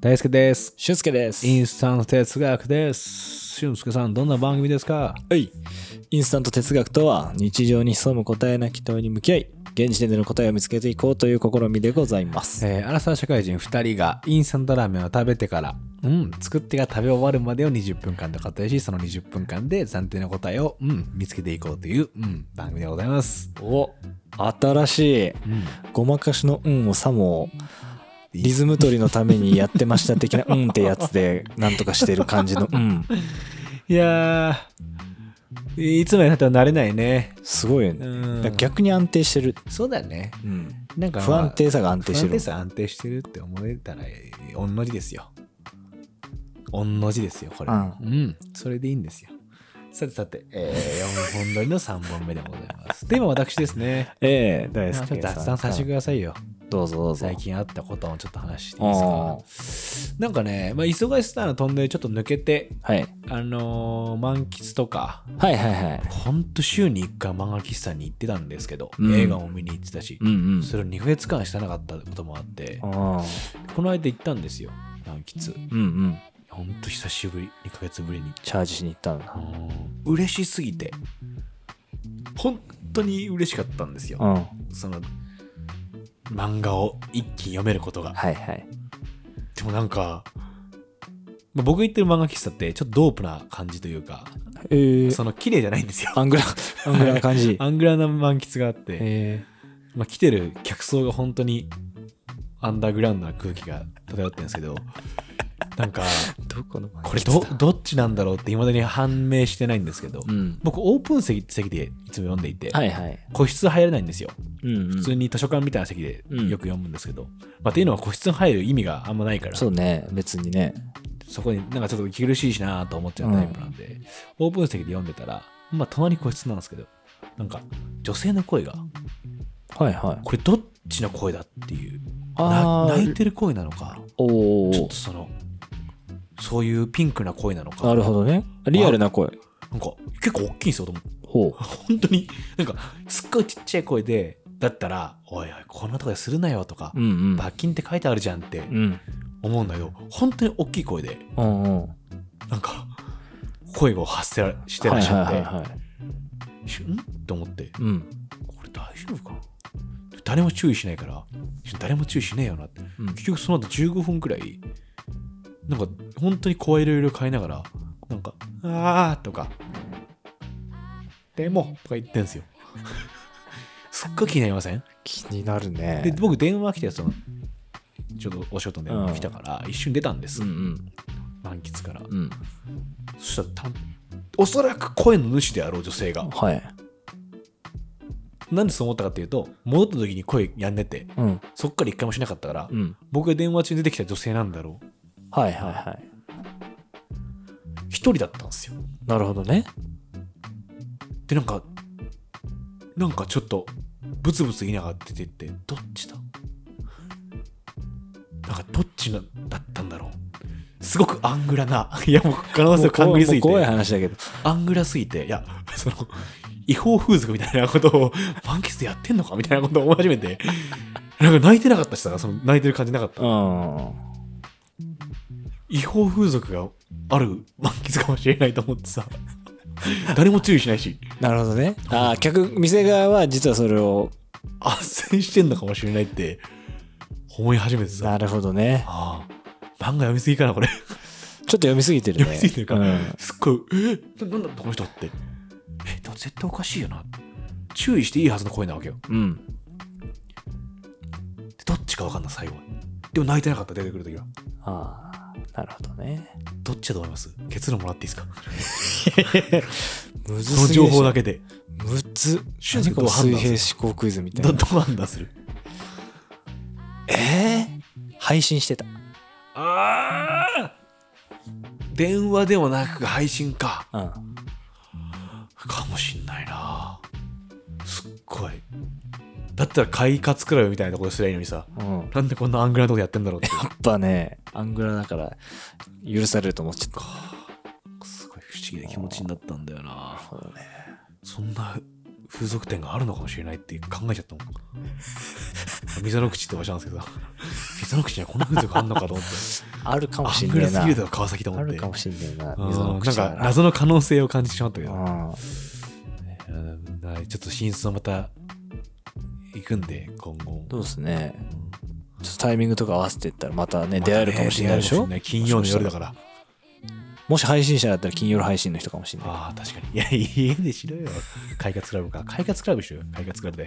大輔です。俊介ですインスタント哲学です。俊介さん、どんな番組ですかはいインスタント哲学とは日常に潜む答えなき問いに向き合い現時点での答えを見つけていこうという試みでございますえー、アラサー社会人2人がインスタントラーメンを食べてから、うん、作ってから食べ終わるまでを20分間で語りし、その20分間で暫定の答えを、うん、見つけていこうという、うん、番組でございます。お新しういん、ごまかしの「うん」をさもリズム取りのためにやってました的な「うん」ってやつでなんとかしてる感じの「うんいやー、いつまでたっても慣れないね。」すごいようねだからん、逆に安定してる、そうだね。うんなんか、不安定さが安定し不て安定るさ安定してるって思えたらおんの字ですよおんの字ですよこれうんうん、それでいいんですよさてさて、えー、4本撮りの3本目でございます で今私ですねええ大まあちょ輔っとさん雑談させてくださいよどうぞどうぞ最近あったことをちょっと話していいですかなんかね、まあ、忙しさの飛んでちょっと抜けてはい、あのー満喫とかはいはいはいほんと週に1回漫画喫茶に行ってたんですけど、うん映画も見に行ってたしう、んうんそれを2ヶ月間してなかったこともあって、ああこの間行ったんですよ満喫うんうんほんと久しぶり2ヶ月ぶりにチャージしに行ったんだ嬉しすぎて本当に嬉しかったんですようんはいその漫画を一気に読めることがはいでもなんかまあ僕言ってる漫画喫茶ってちょっとドープな感じというかええその綺麗じゃないんですよアングラアングラな感じアングラな満喫があって、えまあ、来てる客層が本当にアンダーグラウンドな空気が漂ってるんですけどなんかえどこのこれどどっちなんだろうっていまだに判明してないんですけど、うん僕オープン席席でいつも読んでいて、はいはい個室入れないんですようん普通に図書館みたいな席でうんよく読むんですけど、まあ、っていうのは個室に入る意味があんまないからそそうね別にねこになんかちょっと息苦しいしなと思っちゃうタイプなんで、オープン席で読んでたらまあ隣個室なんですけどなんか女性の声がはいはいこれどっちの声だっていうなああ泣いてる声なのかおちょっおとそのそういうピンクな声なのかなるほどねリアルな声なんか結構大きいんですよと思ってほ本当になんかすっごいちっちゃい声でだったら「おいおいこんなとこでするなよ」とかううんうん罰金って書いてあるじゃんってうん思うんだけど本当に大きい声でうんうんなんか声を発せらしてらっしゃって、はいはいはいはいしんと思ってうんこれ大丈夫かな誰も注意しないから誰も注意しねえよなってうん結局その後15分くらいなんか本当に声いろいろ変えながらなんか「あー」とか「でも」とか言ってんす よすっごい気になりません気になるねで僕電話来てそのちょっとお仕事の電話来たから一瞬出たんです、うんうん満喫からうんそしたらたんおそらく声の主であろう女性がはいなんでそう思ったかっていうと戻った時に声やんでてうんそっから一回もしなかったから、うん僕が電話中に出てきた女性なんだろうはいはいはい一人だったんですよなるほどねでなんかなんかちょっとブツブツ言いながら出てってどっちだなんかどっちがだったんだろうすごくアングラないやもう可能性を勘ぐりすぎもう怖いて話だけどアングラすぎていやその違法風俗みたいなことを満喫でやってんのかみたいなことを思い始めてなんか泣いてなかったしさその泣いてる感じなかったうん違法風俗がある満喫かもしれないと思ってさ誰も注意しないしなるほどね。ああ、客、店側は実はそれを、斡旋してんのかもしれないって思い始めてさなるほどね。ああ漫画読みすぎかなこれちょっと読みすぎてるね。読みすぎてるから、うんすっごいえななんだこの人ってえでも絶対おかしいよな注意していいはずの声なわけようん。でどっちかわかんない最後まででも泣いてなかった出てくる時はああ、なるほどね。どっちだと思います結論もらっていいですかむずその情すぎるでしょ報だけでむず。俊介何こどのう判水断する平思考クイズみたどいな。どう判断するえー、配信してた。ああ電話でもなく配信かうん。かもしんないなすっごいだったら快活クラブみたいなところすりゃいいのにさうん。やっなんでこんなアングラなとこでやってんだろうってぱね、アングラだから、許されると思っちゃった。すごい不思議な気持ちになったんだよななるほどね。そんな風俗店があるのかもしれないって考えちゃったもん溝の口って場所なんですけど溝の口にはこんな風俗あんのかと 思ってあるかもアしンんグねラえスなギルドは川崎と思あってるかもしんねえなうん水のなん口かなら謎の可能性を感じてしまったけど、うんうんだからちょっと寝室をまた行くんで今後そうですねちょっとタイミングとか合わせていったらまたね出会えるかもしれないでしまょたね出会えるかもしれない金曜の夜だからもし配信者だったら金曜配信の人かもしれないああ確かにいや家でしろよ快活クラブか快活クラブしようよ快活クラブで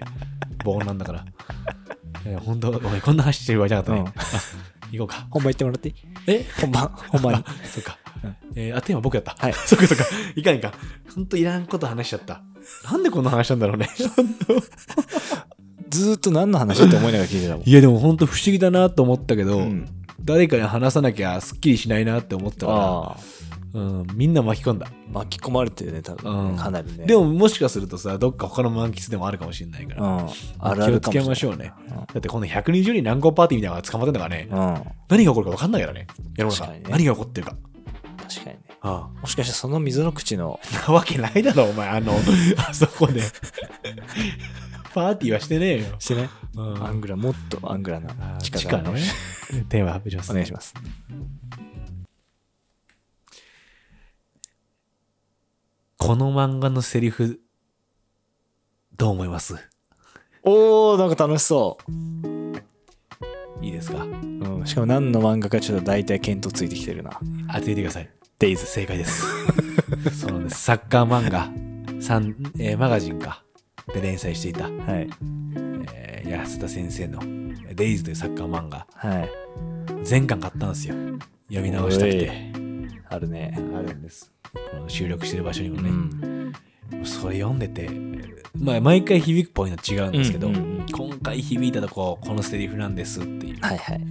防音なんだからいや本当お前こんな話してる場合じゃなかったね、行こうか本番行ってもらっていいえ本 番本番にそっか、えーあテーマ僕やったはいそっかそっかいかんいかん本当いらんこと話しちゃったなんでこんな話したんだろうねずーっと何の話って思いながら聞い てたも んいやでも本当不思議だなと思ったけど、うん誰かに話さなきゃすっきりしないなって思ったかああら、うん、みんな巻き込んだ、巻き込まれてるね多う分んかなりねでももしかするとさどっか他の満喫でもあるかもしれないかうら、んあるあ気をるつかもしれなけいましょうねだってこの120人乱行パーティーみたいなのが捕まってんだからね、うん何が起こるか分かんないからね世の確中、かにね何が起こってるか、確かにねあもしかしてその溝の口のあなわけないだろお前あ のあそこでパーティーはしてねえよ、してねうんアングラもっとアングラあなー地地下下だねねテーマ発表しますお願いしますこの漫画のセリフどう思いますおーなんか楽しそいいですかう、うん、しかも何の漫画かちょっと大体見当ついてきてるな当ててくださいデイズ正解です そうなんですサッカー漫画三、えーマガジンかで連載していた、はいえー安田先生の「デイズというサッカー漫画はい全巻買ったんですよ読み直したくおてあるねあるんですこの収録してる場所にうもね、んそれ読んでて、えーまあ、毎回響くポイント違うんですけど、うんうんうん今回響いたとここのセリフなんですっていうはいはい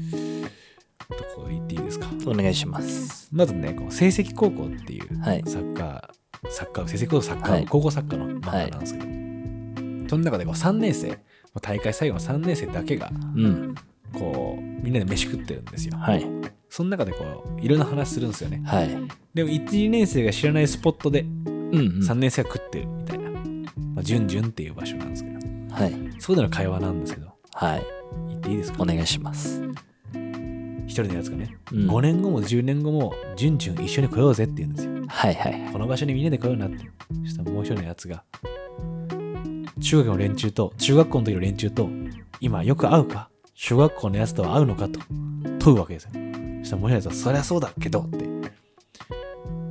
とこ言っていいですかお願いしますまずねこう成績高校っていうはいサッカー、サッカー、成績高校サッカー、はい高校サッカーの漫画なんですけど、その中でこう3年生、大会最後の3年生だけが、うんこう、みんなで飯食ってるんですよ。はいその中でこう、いろんな話するんですよね。はいでも、1、2年生が知らないスポットで、うん、うん、 3年生が食ってるみたいな、まあ、じゅんじゅんっていう場所なんですけど、はいそこでの会話なんですけど、はい言っていいですかお願いします、一人のやつがね、うん5年後も10年後も、じゅんじゅん一緒に来ようぜって言うんですよ。はいはいこの場所にみんなで来ようなって。そしたらもう一人のやつが、中学の連中と、中学校の時の連中と、今よく会うか小学校のやつとは会うのかと問うわけですよ。そしたらもう一人のやつは、そりゃそうだけどって。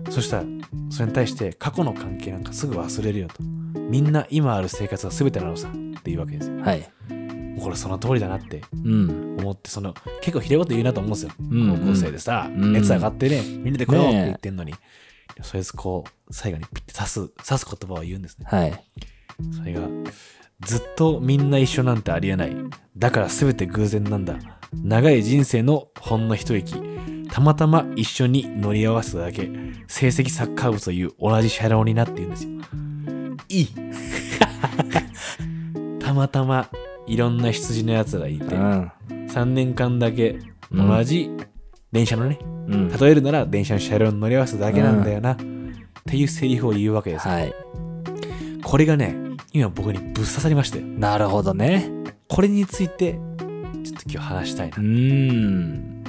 そしたら、それに対して、過去の関係なんかすぐ忘れるよと。みんな今ある生活が全てなのさっていうわけですよ。もはいうこれその通りだなってうん思って、その、結構ひどいこと言うなと思うんですよ。うん高校生でさ、うん熱上がってね、みんなで来ようってねえ言ってんのに、それずこう、最後にピッて刺す、刺す言葉を言うんですね。はいそれが、ずっとみんな一緒なんてありえない。だから全て偶然なんだ。長い人生のほんの一息。たまたま一緒に乗り合わせただけ。成績サッカー部という同じ車両になっているんですよ。い いたまたまいろんな羊のやつがいて、うん3年間だけうん同じ電車のね、うん例えるなら電車の車両に乗り合わせただけなんだよな、っていうセリフを言うわけです、はいこれがね今僕にぶっ刺さりましたよなるほどねこれについてちょっと今日話したいうな、ん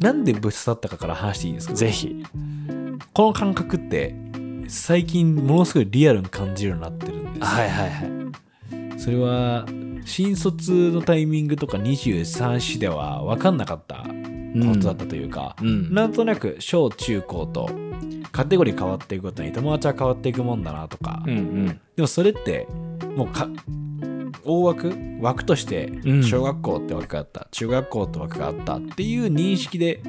なんでぶっ刺さったかから話していいですかぜひこの感覚って最近ものすごいリアルに感じるようになってるんですよはいはいはいそれは新卒のタイミングとか23市では分かんなかったことだったというか、うんなんとなく小中高とカテゴリー変わっていくことに友達は変わっていくもんだなとか、うんうんでもそれってもうか大枠枠としてうん小学校って枠があった、中学校って枠があったっていう認識で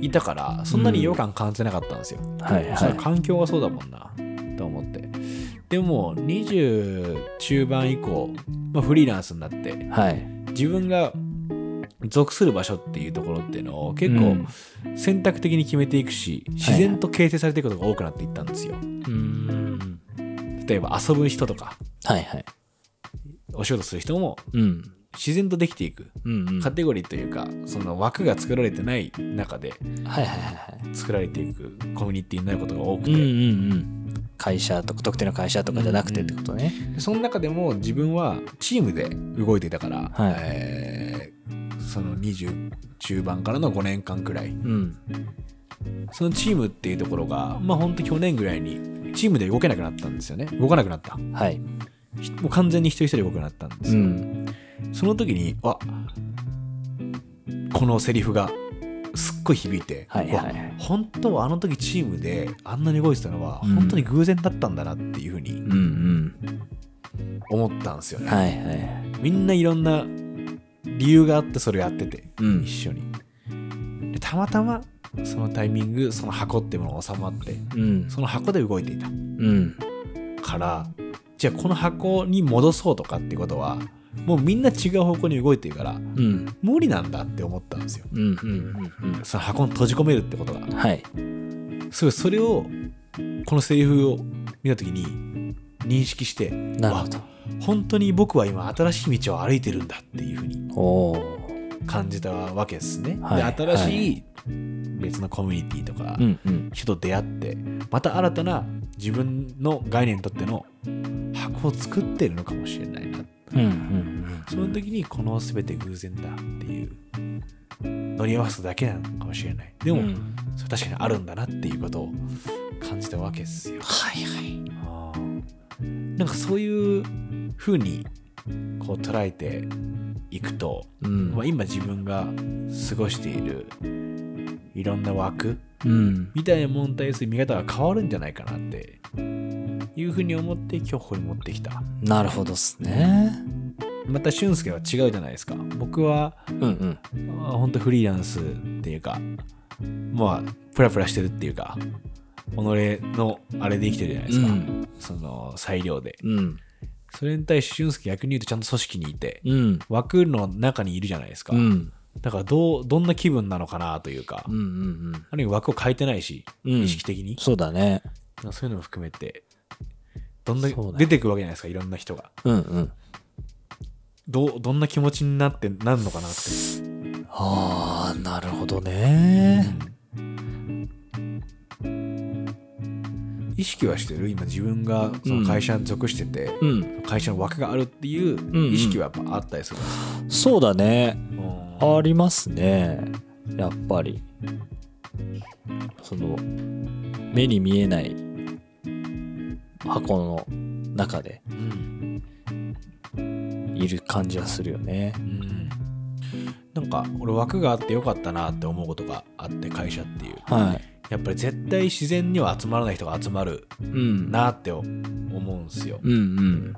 いたからそんなに違和感感じてなかったんですよ、はいはいそれは環境がそうだもんなと思ってでも20中盤以降、まあ、フリーランスになってはい自分が属する場所っていうところっていうのを結う構ん選択的に決めていくし自然と形成されていくことが多くなっていったんですよ、うん例えば遊ぶ人とかはいはいお仕事する人もうん自然とできていくうんうん。カはいテゴリーというかその枠が作られてない中ではいはいはい。作られていくコミュニティになることが多くうて、んうんうん。会社とか特定の会社とかじゃなくてってことね。その中でも自分はチームで動いてたから、はいえーその20中盤からの5年間くらいうん。そのチームっていうところがまあほんと去年ぐらいにチームで動けなくなったんですよね動かなくなったはい。ひもう完全に一人一人動くなったんでうすよ、ん。その時にあこのセリフがすっごい響いて、はいはわい。本当はあの時チームであんなに動いてたのはうん本当に偶然だったんだなっていうふうにうん思ったんですようん。ね、はいはい。みんないろんな理由があってそれやっててうん一。緒にでたまたまそのタイミングその箱ってものが収まってうん。その箱で動いていたうん。からじゃあこの箱に戻そうとかってことはもうみんな違う方向に動いてるからうん。無理なんだって思ったんですようんうんうんその箱に閉じ込めるってことがうん。はい。すごいそれをこのセリフを見た時に認識してなるほどわ。本当に僕は今新しい道を歩いてるんだっていうふうにおお。感じたわけですね、はいで新しい別のコミュニティとかうんうん。人と出会ってまた新たな自分の概念にとっての箱を作ってるのかもしれないなうんうんその時にこの全て偶然だっていう乗り合わせただけなのかもしれないでうん。も、それ確かにあるんだなっていうことを感じたわけですよはいはい。あーなんかそういう風にこう捉えていくと、うんまあ、。今自分が過ごしているいろんな枠うん。みたいなものに対する見方が変わるんじゃないかなっていう風に思って今日ここに持ってきたなるほどっすね。また俊介は違うじゃないですか僕はうんうん。まあ本当フリーランスっていうかまあプラプラしてるっていうか己のあれで生きてるじゃないですか、うんその裁量でうん。それに対して俊介逆に言うとちゃんと組織にいてうん。枠の中にいるじゃないですか、うん。だからどうどんな気分なのかなというか、うんうんある意味枠を変えてないしうん。意識的に、そうだね。そういうのも含めてどんだけそうだね出てくるわけじゃないですかいろんな人がうんうん。どうどんな気持ちになってなるのかなって、ああ、なるほどね。意識はしてる今自分がその会社に属してて、うん。会社の枠があるっていう意識はやっぱあったりするんですか、そうだね。うんありますね。やっぱり。その、目に見えない箱の中でうんいる感じはするよね。うんなんか俺枠があってよかったなって思うことがあって会社っていうはやっぱり絶対自然には集まらない人が集まるい。うん。なって思うんすようん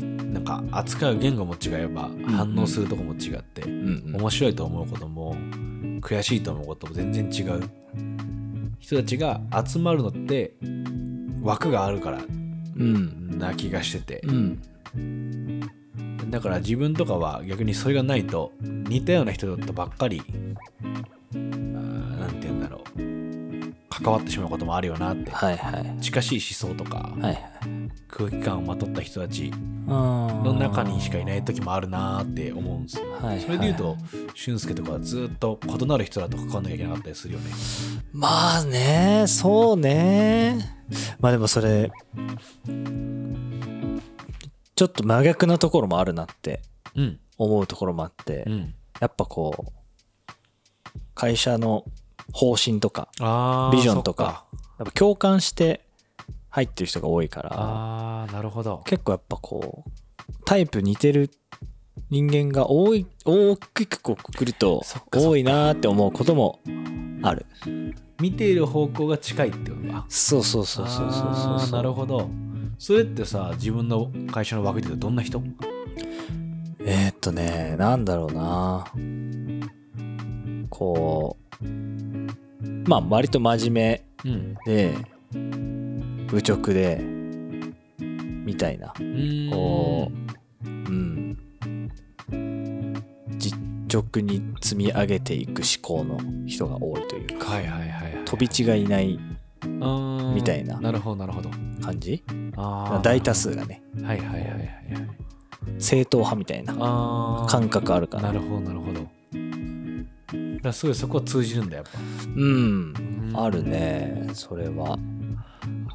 うん。なんか扱う言語も違えば反応するとこも違って、うん面白いと思うことも悔しいと思うことも全然違う人たちが集まるのって枠があるからうん。な気がしててうん。だから自分とかは逆にそれがないと似たような人とばっかり何て言うんだろう関わってしまうこともあるよなってはいはい。近しい思想とかはいはい。空気感をまとった人たちのの中にしかいない時もあるなーって思うんですよ。はいはいそれで言うと俊介とかはずっと異なる人だと関わんなきゃいけなかったりするよね。まあねそうねまあでもそれちょっと真逆なところもあるなってうん思うところもあって、うん、やっぱこう会社の方針とかあービジョンとかやっぱ共感して入ってる人が多いからああなるほど結構やっぱこうタイプ似てる人間が多い大きくこうくくるとそっかそっか多いなーって思うこともある見ている方向が近いってことかそうそうそうそうそうそうあそーうなるほどそれってさ自分の会社の枠で言うとどんな人えー、っとね、なんだろうな。こう、まあ、割と真面うん目で、愚直で、みたいな、こう、うん。実直に積み上げていく思考の人が多いというか、はいはいはい、はい、飛び地がいないみみたいななるほどなるほど感じあー大多数がね。はいはいはいはいはい正統派みたいなあ感覚あるからなるほどなるほどだからすごいそこは通じるんだやっぱ、うんうんあるねそれは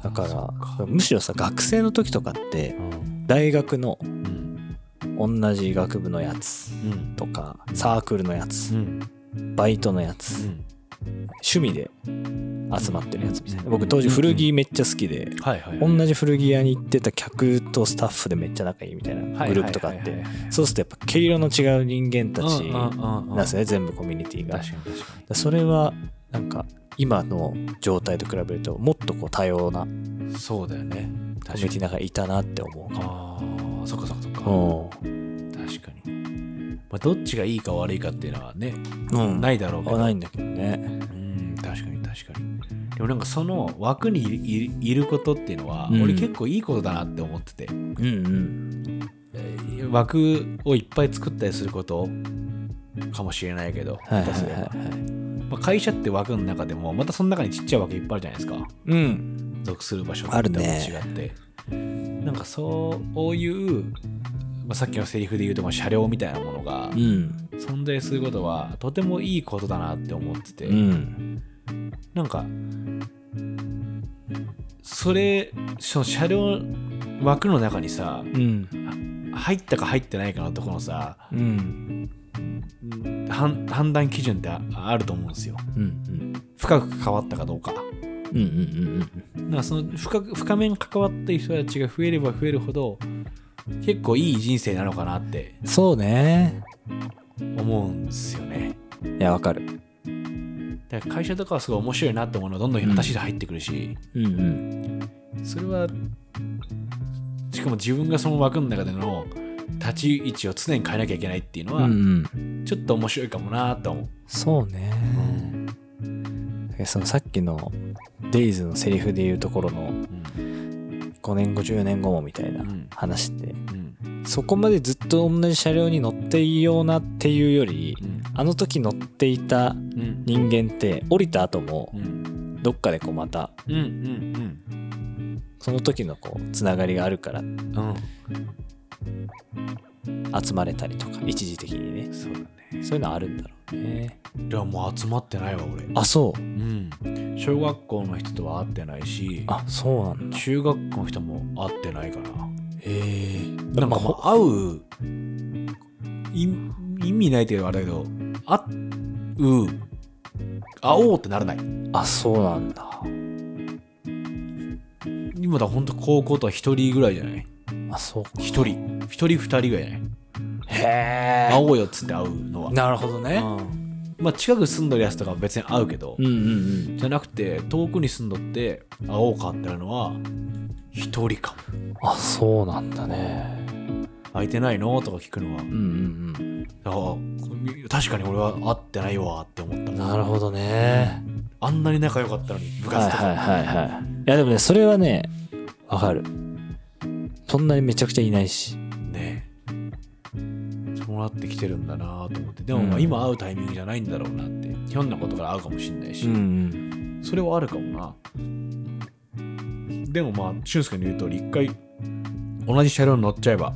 だかそっらかむしろさ学生の時とかってうん大学のうん同じ学部のやつうんとかサークルのやつうんバイトのやつうん趣味で集まってるやつみたいな僕当う時んうん古着めっちゃ好きではいはい同じ古着屋に行ってた客とスタッフでめっちゃ仲いいみたいなグループとかあっはいてはいはいはいそうするとやっぱ毛色の違う人間たちうんなうんうんうんんですよね全部コミュニティが確かに確かそれはなんか今の状態と比べるともっとこう多様なにそうだよねコミュニティの中にいたなって思うかあーそっかそっかそっかも確かに、まあ、どっちがいいか悪いかっていうのはね、うん、うん、ないいだろうけどないんだけどねうん確かに確かにでもなんかその枠にいいいることっていうのは、うん俺結構いいことだなって思っててうんうんえー枠をいっぱい作ったりすることかもしれないけど、はいはい下手すれはばいはいまあ、会社って枠の中でもまたその中にちっちゃい枠いっぱいあるじゃないですかうん属する場所あるねと違って、なんかそういう、まあ、さっきのセリフで言うとまあ車両みたいなものがうん存在することはとてもいいことだなって思ってて、うんなんかそれその車両枠の中にさうん入ったか入ってないかのところのさうんうん判判断基準ってああると思うんですようんうん深く関わったかどうかうんうんうんなんかその深く深めに関わってる人たちが増えれば増えるほど結構いい人生なのかなってうんそうね思うんですよねいやわかるだから会社とかはすごい面白いなって思うのはどんどん私で入ってくるし、うんうんそれはしかも自分がその枠の中での立ち位置を常に変えなきゃいけないっていうのうんはうんちょっと面白いかもなと思う、そうね。そのさっきのデイズのセリフで言うところのうん5年後10年後もみたいうなん話って、うんそこまでずっと同じ車両に乗っていようなっていうより、うんあの時乗っていたうん人間って降りた後もうんどっかでこうまたうんうんその時のこうつながりがあるからうん集まれたりとか一時的にねそうだねそういうのはあるんだろうねいやもう集まってないわ俺あそううん小学校の人とは会ってないしあそうなんだ中学校の人も会ってないかなへえなんかもう会うい意味ないというのはあれだけど会う会おうってならないあそうなんだ今だほんと高校とは一人ぐらいじゃないあそうか一人一人二人ぐらいじゃないへ会おうよっつって会うのはなるほどねうんまあ近く住んどるやつとかは別に会うけど、うんうんじゃなくて遠くに住んどって会おうかってなるのは一人かもうんあそうなんだね会えてないのとか聞くのはうんうんあ確かに俺は会ってないわって思ったうんなるほどねあんなに仲良かったのに部はい活とか、はいはいはいいやでもねそれはねわかるそんなにめちゃくちゃいないしねそうなってきてるんだなと思ってでもうんまあ今会うタイミングじゃないんだろうなってひょんなことから会うかもしんないし、んそれはあるかもなでもまあ俊介の言う通り一回同じ車両に乗っちゃえば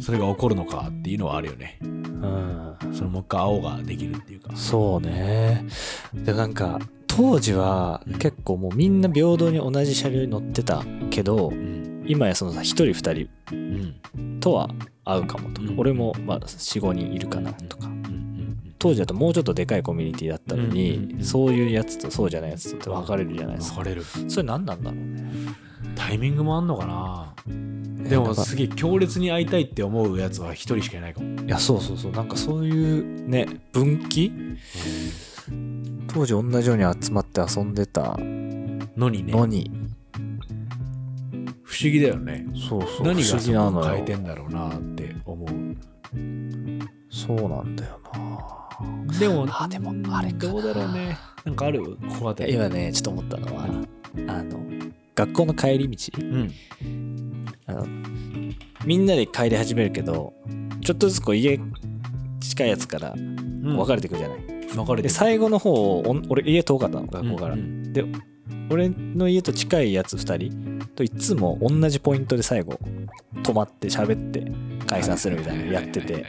それが起こるのかっていうのはあるよねうんそのもう一回会おうができるっていうかそうねでなんか当時は結構もうみんな平等に同じ車両に乗ってたけどうん今やそのさ1人2うん人とは会うかもとかうん俺もまあ45人いるかなとかうんうん当時だともうちょっとでかいコミュニティだったのに、うんうんうんそういうやつとそうじゃないやつとって分かれるじゃないですか、別れるそれ何なんだろうねタイミングもあんのかなでなもんかすげえ強烈に会いたいって思うやつは一人しかいないかもいやそうそうそうなんかそういうね分岐当時同じように集まって遊んでたのにねのに、不思議だよねそうそう何が不思議なそこをの変えよてんだろうなって思うそうなんだよなでもあでもあれかなどうだろうねなんかあるここあたいやり今ねちょっと思ったのはあの学校の帰り道うんあのみんなで帰り始めるけどちょっとずつこう家近いやつからうん分かれてくるじゃない、分かれてでる最後の方をおん俺家遠かったの学校から、うんうん俺の家と近いやつ2人といつも同じポイントで最後止まって喋って解散するみたいなのやってはいはい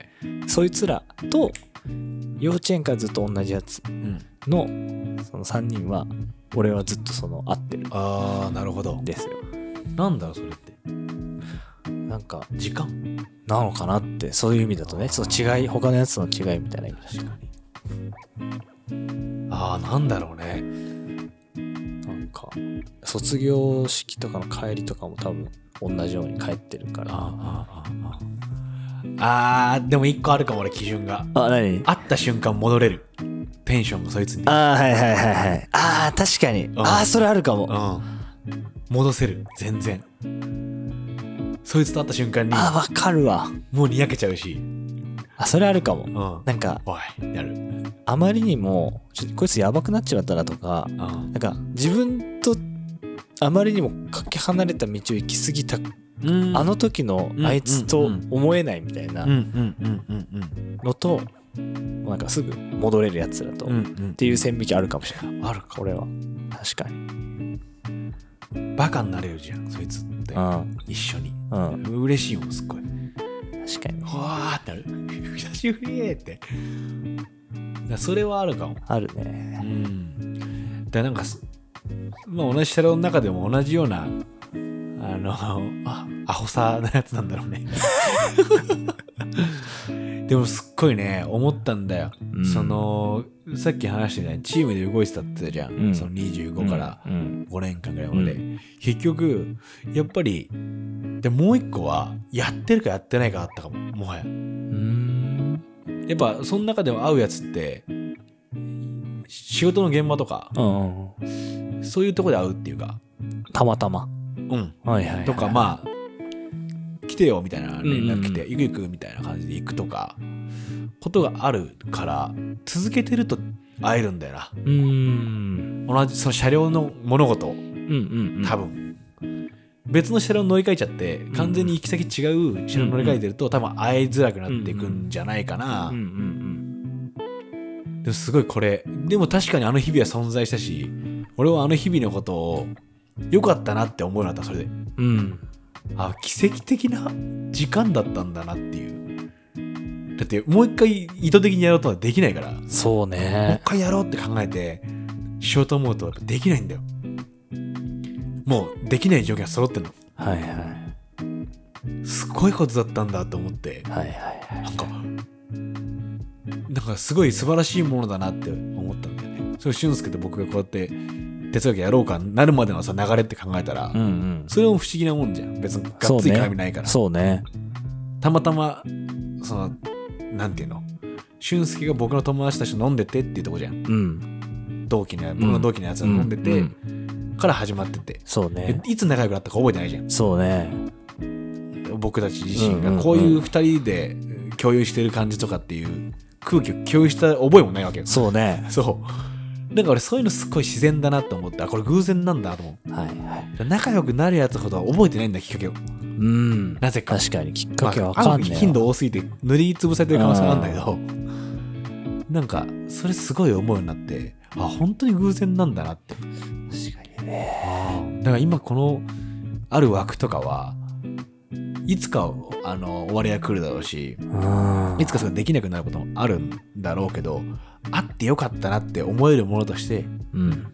てそいつらと幼稚園からずっと同じやつはいはいうんのその3人は俺はずっとその合ってるああなるほどんですよなんだろうそれってなんか時間なのかなってそういう意味だとねその違い他のやつの違いみたいな意味だしああなんだろうねなんか卒業式とかの帰りとかも多分同じように帰ってるからあーあーあーあーあーでも一個あるかも俺基準があ何会った瞬間戻れるテンションがそいつにああはいはいはいはいああ確かにああそれあるかもうん戻せる全然そいつと会った瞬間にああわかるわもうにやけちゃうしあそれあるかうもんなんかおいやるあまりにもちょこいつやばくなっちまったなとかうんなんか自分とあまりにもかけ離れた道を行き過ぎた、うんあの時のあいつと思えないみたいうんうなんうんうんうんのと、なんかすぐ戻れるやつらと、うっんていう線引きあるかもしれないうんあるかこれは確かにバカになれるじゃんそいつってうん一緒にうん嬉しいもんすっごい確かにわーってなる久しぶりーってだそれはあるかもあるねうんだなんかすまあ同じ車両の中でも同じようなあのあアホさなやつなんだろうね でもすっごいね思ったんだよ、うんそのさっき話してたようにチームで動いてたって言ったじゃん、うんその25からうん5年間ぐらいまで、う結局やっぱりでもう一個はやってるかやってないかあったかももはやうんやっぱその中でも会うやつって仕事の現場とかうんうんそういうとこで会うっていうかたまたまうんはいはい、はい、とかあまあ来てよみたいな連絡来て、うん行く行くみたいな感じで行くとかことがあるから続けてると会えるんだよなうんうん同じその車両の物事うんうん多分、別の車両乗り換えちゃって完全に行き先違う車両乗り換えてると多分会いづらくなっていくんじゃないかな、うんうんでもすごいこれでも確かにあの日々は存在したし俺はあの日々のことを良かったなって思うようになったそれでうんうんあ奇跡的な時間だったんだなっていうだってもう一回意図的にやろうとはできないからもうそう一ね回やろうって考えてしようと思うとやっぱできないんだよもうできない条件が揃ってんのはいはいすごいことだったんだと思ってはいはいなんかなんかすごい素晴らしいものだなって思ったんだよねそれ俊介と僕がこうやって哲学やろうかなるまでのさ流れって考えたら、うんうんそれも不思議なもんじゃん別にがっつり絡みないから、そうねたまたまそのなんていうの俊介が僕の友達たちと飲んでてっていうとこじゃんうん同期の僕の同期のやつが飲んでうてんから始まってて、そうねでいつ仲良くなったか覚えてないじゃんそうね僕たち自身うんうんうがんこういう2人で共有してる感じとかっていう空気を共有した覚えもないわけよそうねそう。なんか俺そういうのすっごい自然だなと思って、あ、これ偶然なんだと思はいはう。仲良くなるやつほど覚えてないんだ、きっかけを。いうんなぜか。確かにきっかけまわあかあんのねえ頻度多すぎて塗りつぶされてる可能性もあるんだけど、なんか、それすごい思うようになって、あ、本当に偶然なんだなって。確かにねだから今この、ある枠とかは、いつか、あの、終わりが来るだろうし、うんいつかそれができなくなることもあるんだろうけど、あってよかったなって思えるものとして、うん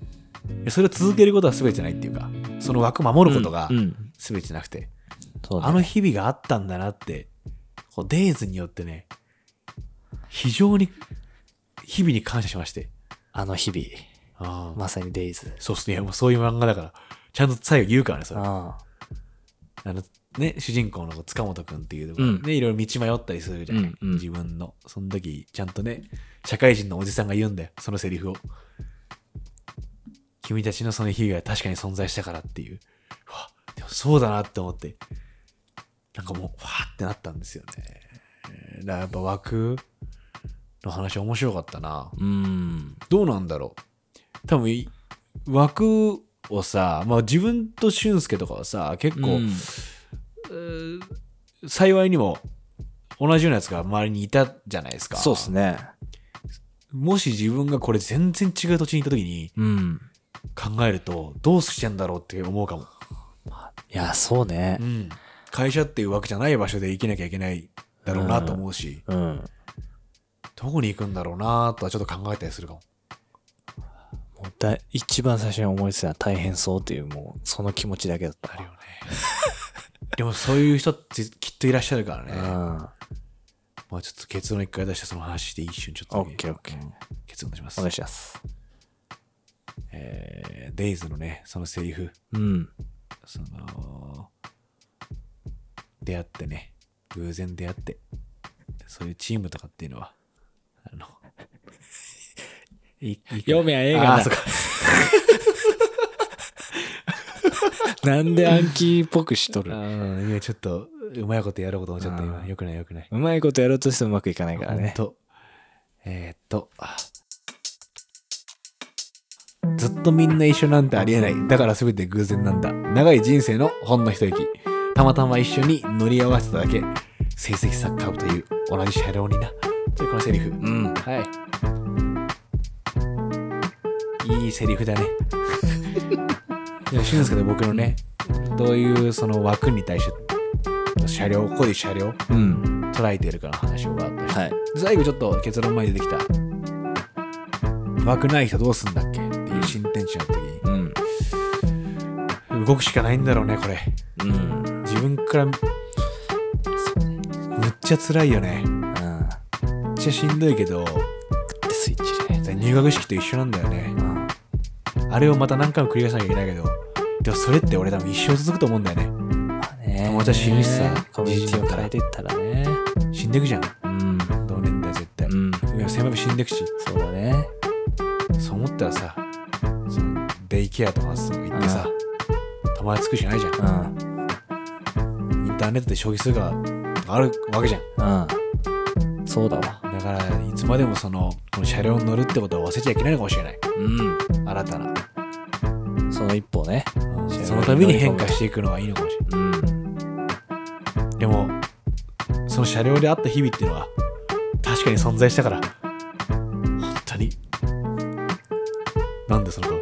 それを続けることは全てじゃないっていうかその枠守ることがうん全てじゃなくて、そうねあの日々があったんだなってこうデイズによってね非常に日々に感謝しましてあの日々あまさにデイズそうっすねいやもうそういう漫画だからちゃんと最後言うからねそれああのね主人公の子塚本君っていうところ、うんねいろいろ道迷ったりするじゃない、うんうん自分のその時ちゃんとね社会人のおじさんが言うんだよそのセリフを君たちのその日々が確かに存在したからっていううわでもそうだなって思ってなんかもうわーってなったんですよねだからやっぱ枠の話面白かったなうんどうなんだろう多分い枠をさ、まあ、自分と俊介とかはさ結構、うんえー幸いにも同じようなやつが周りにいたじゃないですかそうっすねもし自分がこれ全然違う土地に行った時にうん考えるとどうしてんだろうって思うかもいや、そうねう。ん、会社っていうわけじゃない場所で生きなきゃいけないだろうなと思うし、うん。どこに行くんだろうなとはちょっと考えたりするかも。もうだ一番最初に思いついたのは大変そうっていう、もう、その気持ちだけだった。あるよね。でもそういう人ってきっといらっしゃるからね。うん。まあちょっと結論一回出してその話して一瞬ちょっとオだけッケーオッケー。結論出しますお願い。します。えー、デイズのね、そのセリフ、うん。その、出会ってね、偶然出会って、そういうチームとかっていうのは、あの、いいい いか読めや映画あなーそっかなんで暗記っぽくしとるうん、今ちょっと、うまいことやろうと思っちゃったあ今。ーよくないよくない。うまいことやろうとしてもうまくいかないからほんね。と。えーっと、あずっとみんな一緒なんてありえない。だから全て偶然なんだ。長い人生のほんの一息。たまたま一緒に乗り合わせただけ。成績サッカー部という同じ車両にな。じゃあこのセリフ。うん。はい。いいセリフだね。 いや、俊介で僕のね、どういうその枠に対して、車両、ここで車両、うん。捉えてるから話をがあったりしてはい。最後ちょっと結論前に出てきた枠ない人どうすんだっけっていう新天地の時うん。に動くしかないんだろうねこれうん。うん。自分からむっちゃ辛いよねむっちゃしんどいけどで、スイッチ入れないとね。入学式と一緒なんだよねうんあれをまた何回も繰り返さなきゃいけないけどでもそれって俺多分一生続くと思うんだよねまあね友達死ぬしさコミュニティを変えてったらね。死んでくじゃんうん。同年代絶対、うん。いや先輩も死んでくしそうだね。そう思ったらさそのデイケアとかさ行ってさ友達つくしかないじゃんうん。インターネットで消費するがあるわけじゃんうん。そうだわ。だからいつまでもそのこの車両に乗るってことを忘れちゃいけないのかもしれないうん。新たな、その一歩ね。うんそのために変化していくのがいいのかもしれうん。ないでもその車両であった日々っていうのは確かに存在したから本当になんでその顔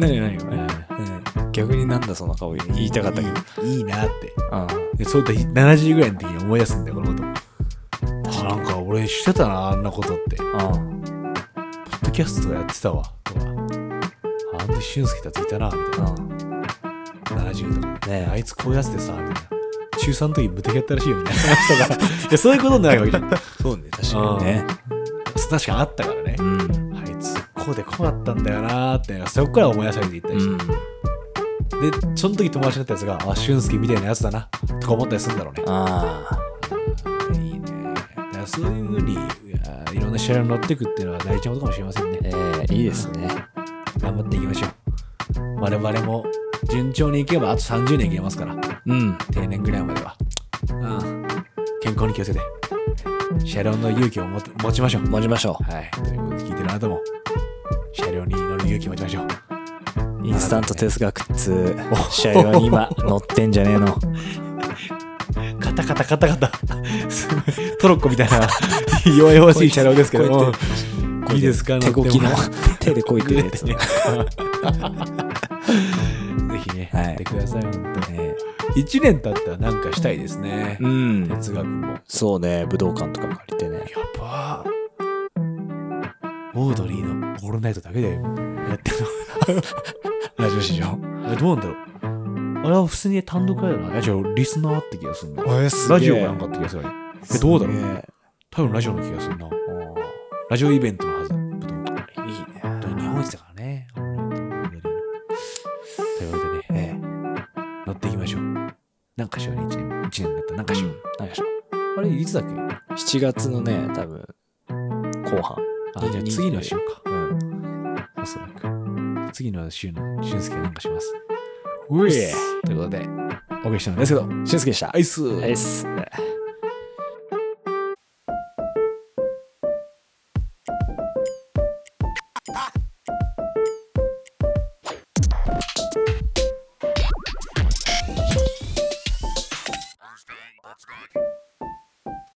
何何何逆になんだその顔言いたかったけど。いいいいなってうん。でそういった70ぐらいの時に思い出すんだよこのことあなんか俺してたなあんなことってうん。ポッドキャストとかやってたわとか、あんな俊介たちいたな、みたいうん。な。70とかで。ねえあいつこういうやつでさ、みたいな。中3の時無敵やったらしいよ、みたいな話とか。いや、そういうことになるわけじゃん。そうね、か確かににねね。確かにあったからね。ん。あいつ、こうでこうだったんだよなーって、そこから思い出されていったりして。で、その時友達だったやつが、あ、俊介みたいなやつだな、とか思ったりするんだろうね。ああ。いいね。だからそういうふうに、あーいろんな試合に乗っていくっていうのは大事なことかもしれませんね。ええいいですね。頑張っていきましょう。我々も順調にいけばあと30年いけますから、うん。定年ぐらいまでは。うん。健康に気をつけて、車両の勇気を持て持ちましょう。持ちましょはい。ということで聞いてるあなたも、車両に乗る勇気を持ちましょう。う。インスタント哲学っつう車両に今乗ってんじゃねえの。カタカタカタカタ。 すごいトロッコみたいな弱々しい車両ですけどこうやもって。 いいですか手こきの乗っ手でこいてる やつ。ぜねひね、はいやってください、本当1年経ったらなんかしたいですね。うん。哲学も。そうね、武道館とか借りてね。やばオードリーのオールナイトだけでや ってるラジオ市場。のえどうなんだろうあれは普通に単独ライブだな。じゃあリスナーって気がするな。えすげえラジオかなんかって気がするね。えどうだろうう多分ラジオの気がするな。ラジオイベントのはず。武道館いい日本一だからね。オールナイトオードリーのということでね、ね。乗っていきましょう。なんかしようね、1年。一年になったらなんかえしよう。なんかしょあれ、いつだっけ7月のね、多分、後半。あ、じゃあ次の週か。うん。おそらく。次の週の俊介なんかします。うえということで、お送りしたのですけど、俊介でした。アイス、アイス。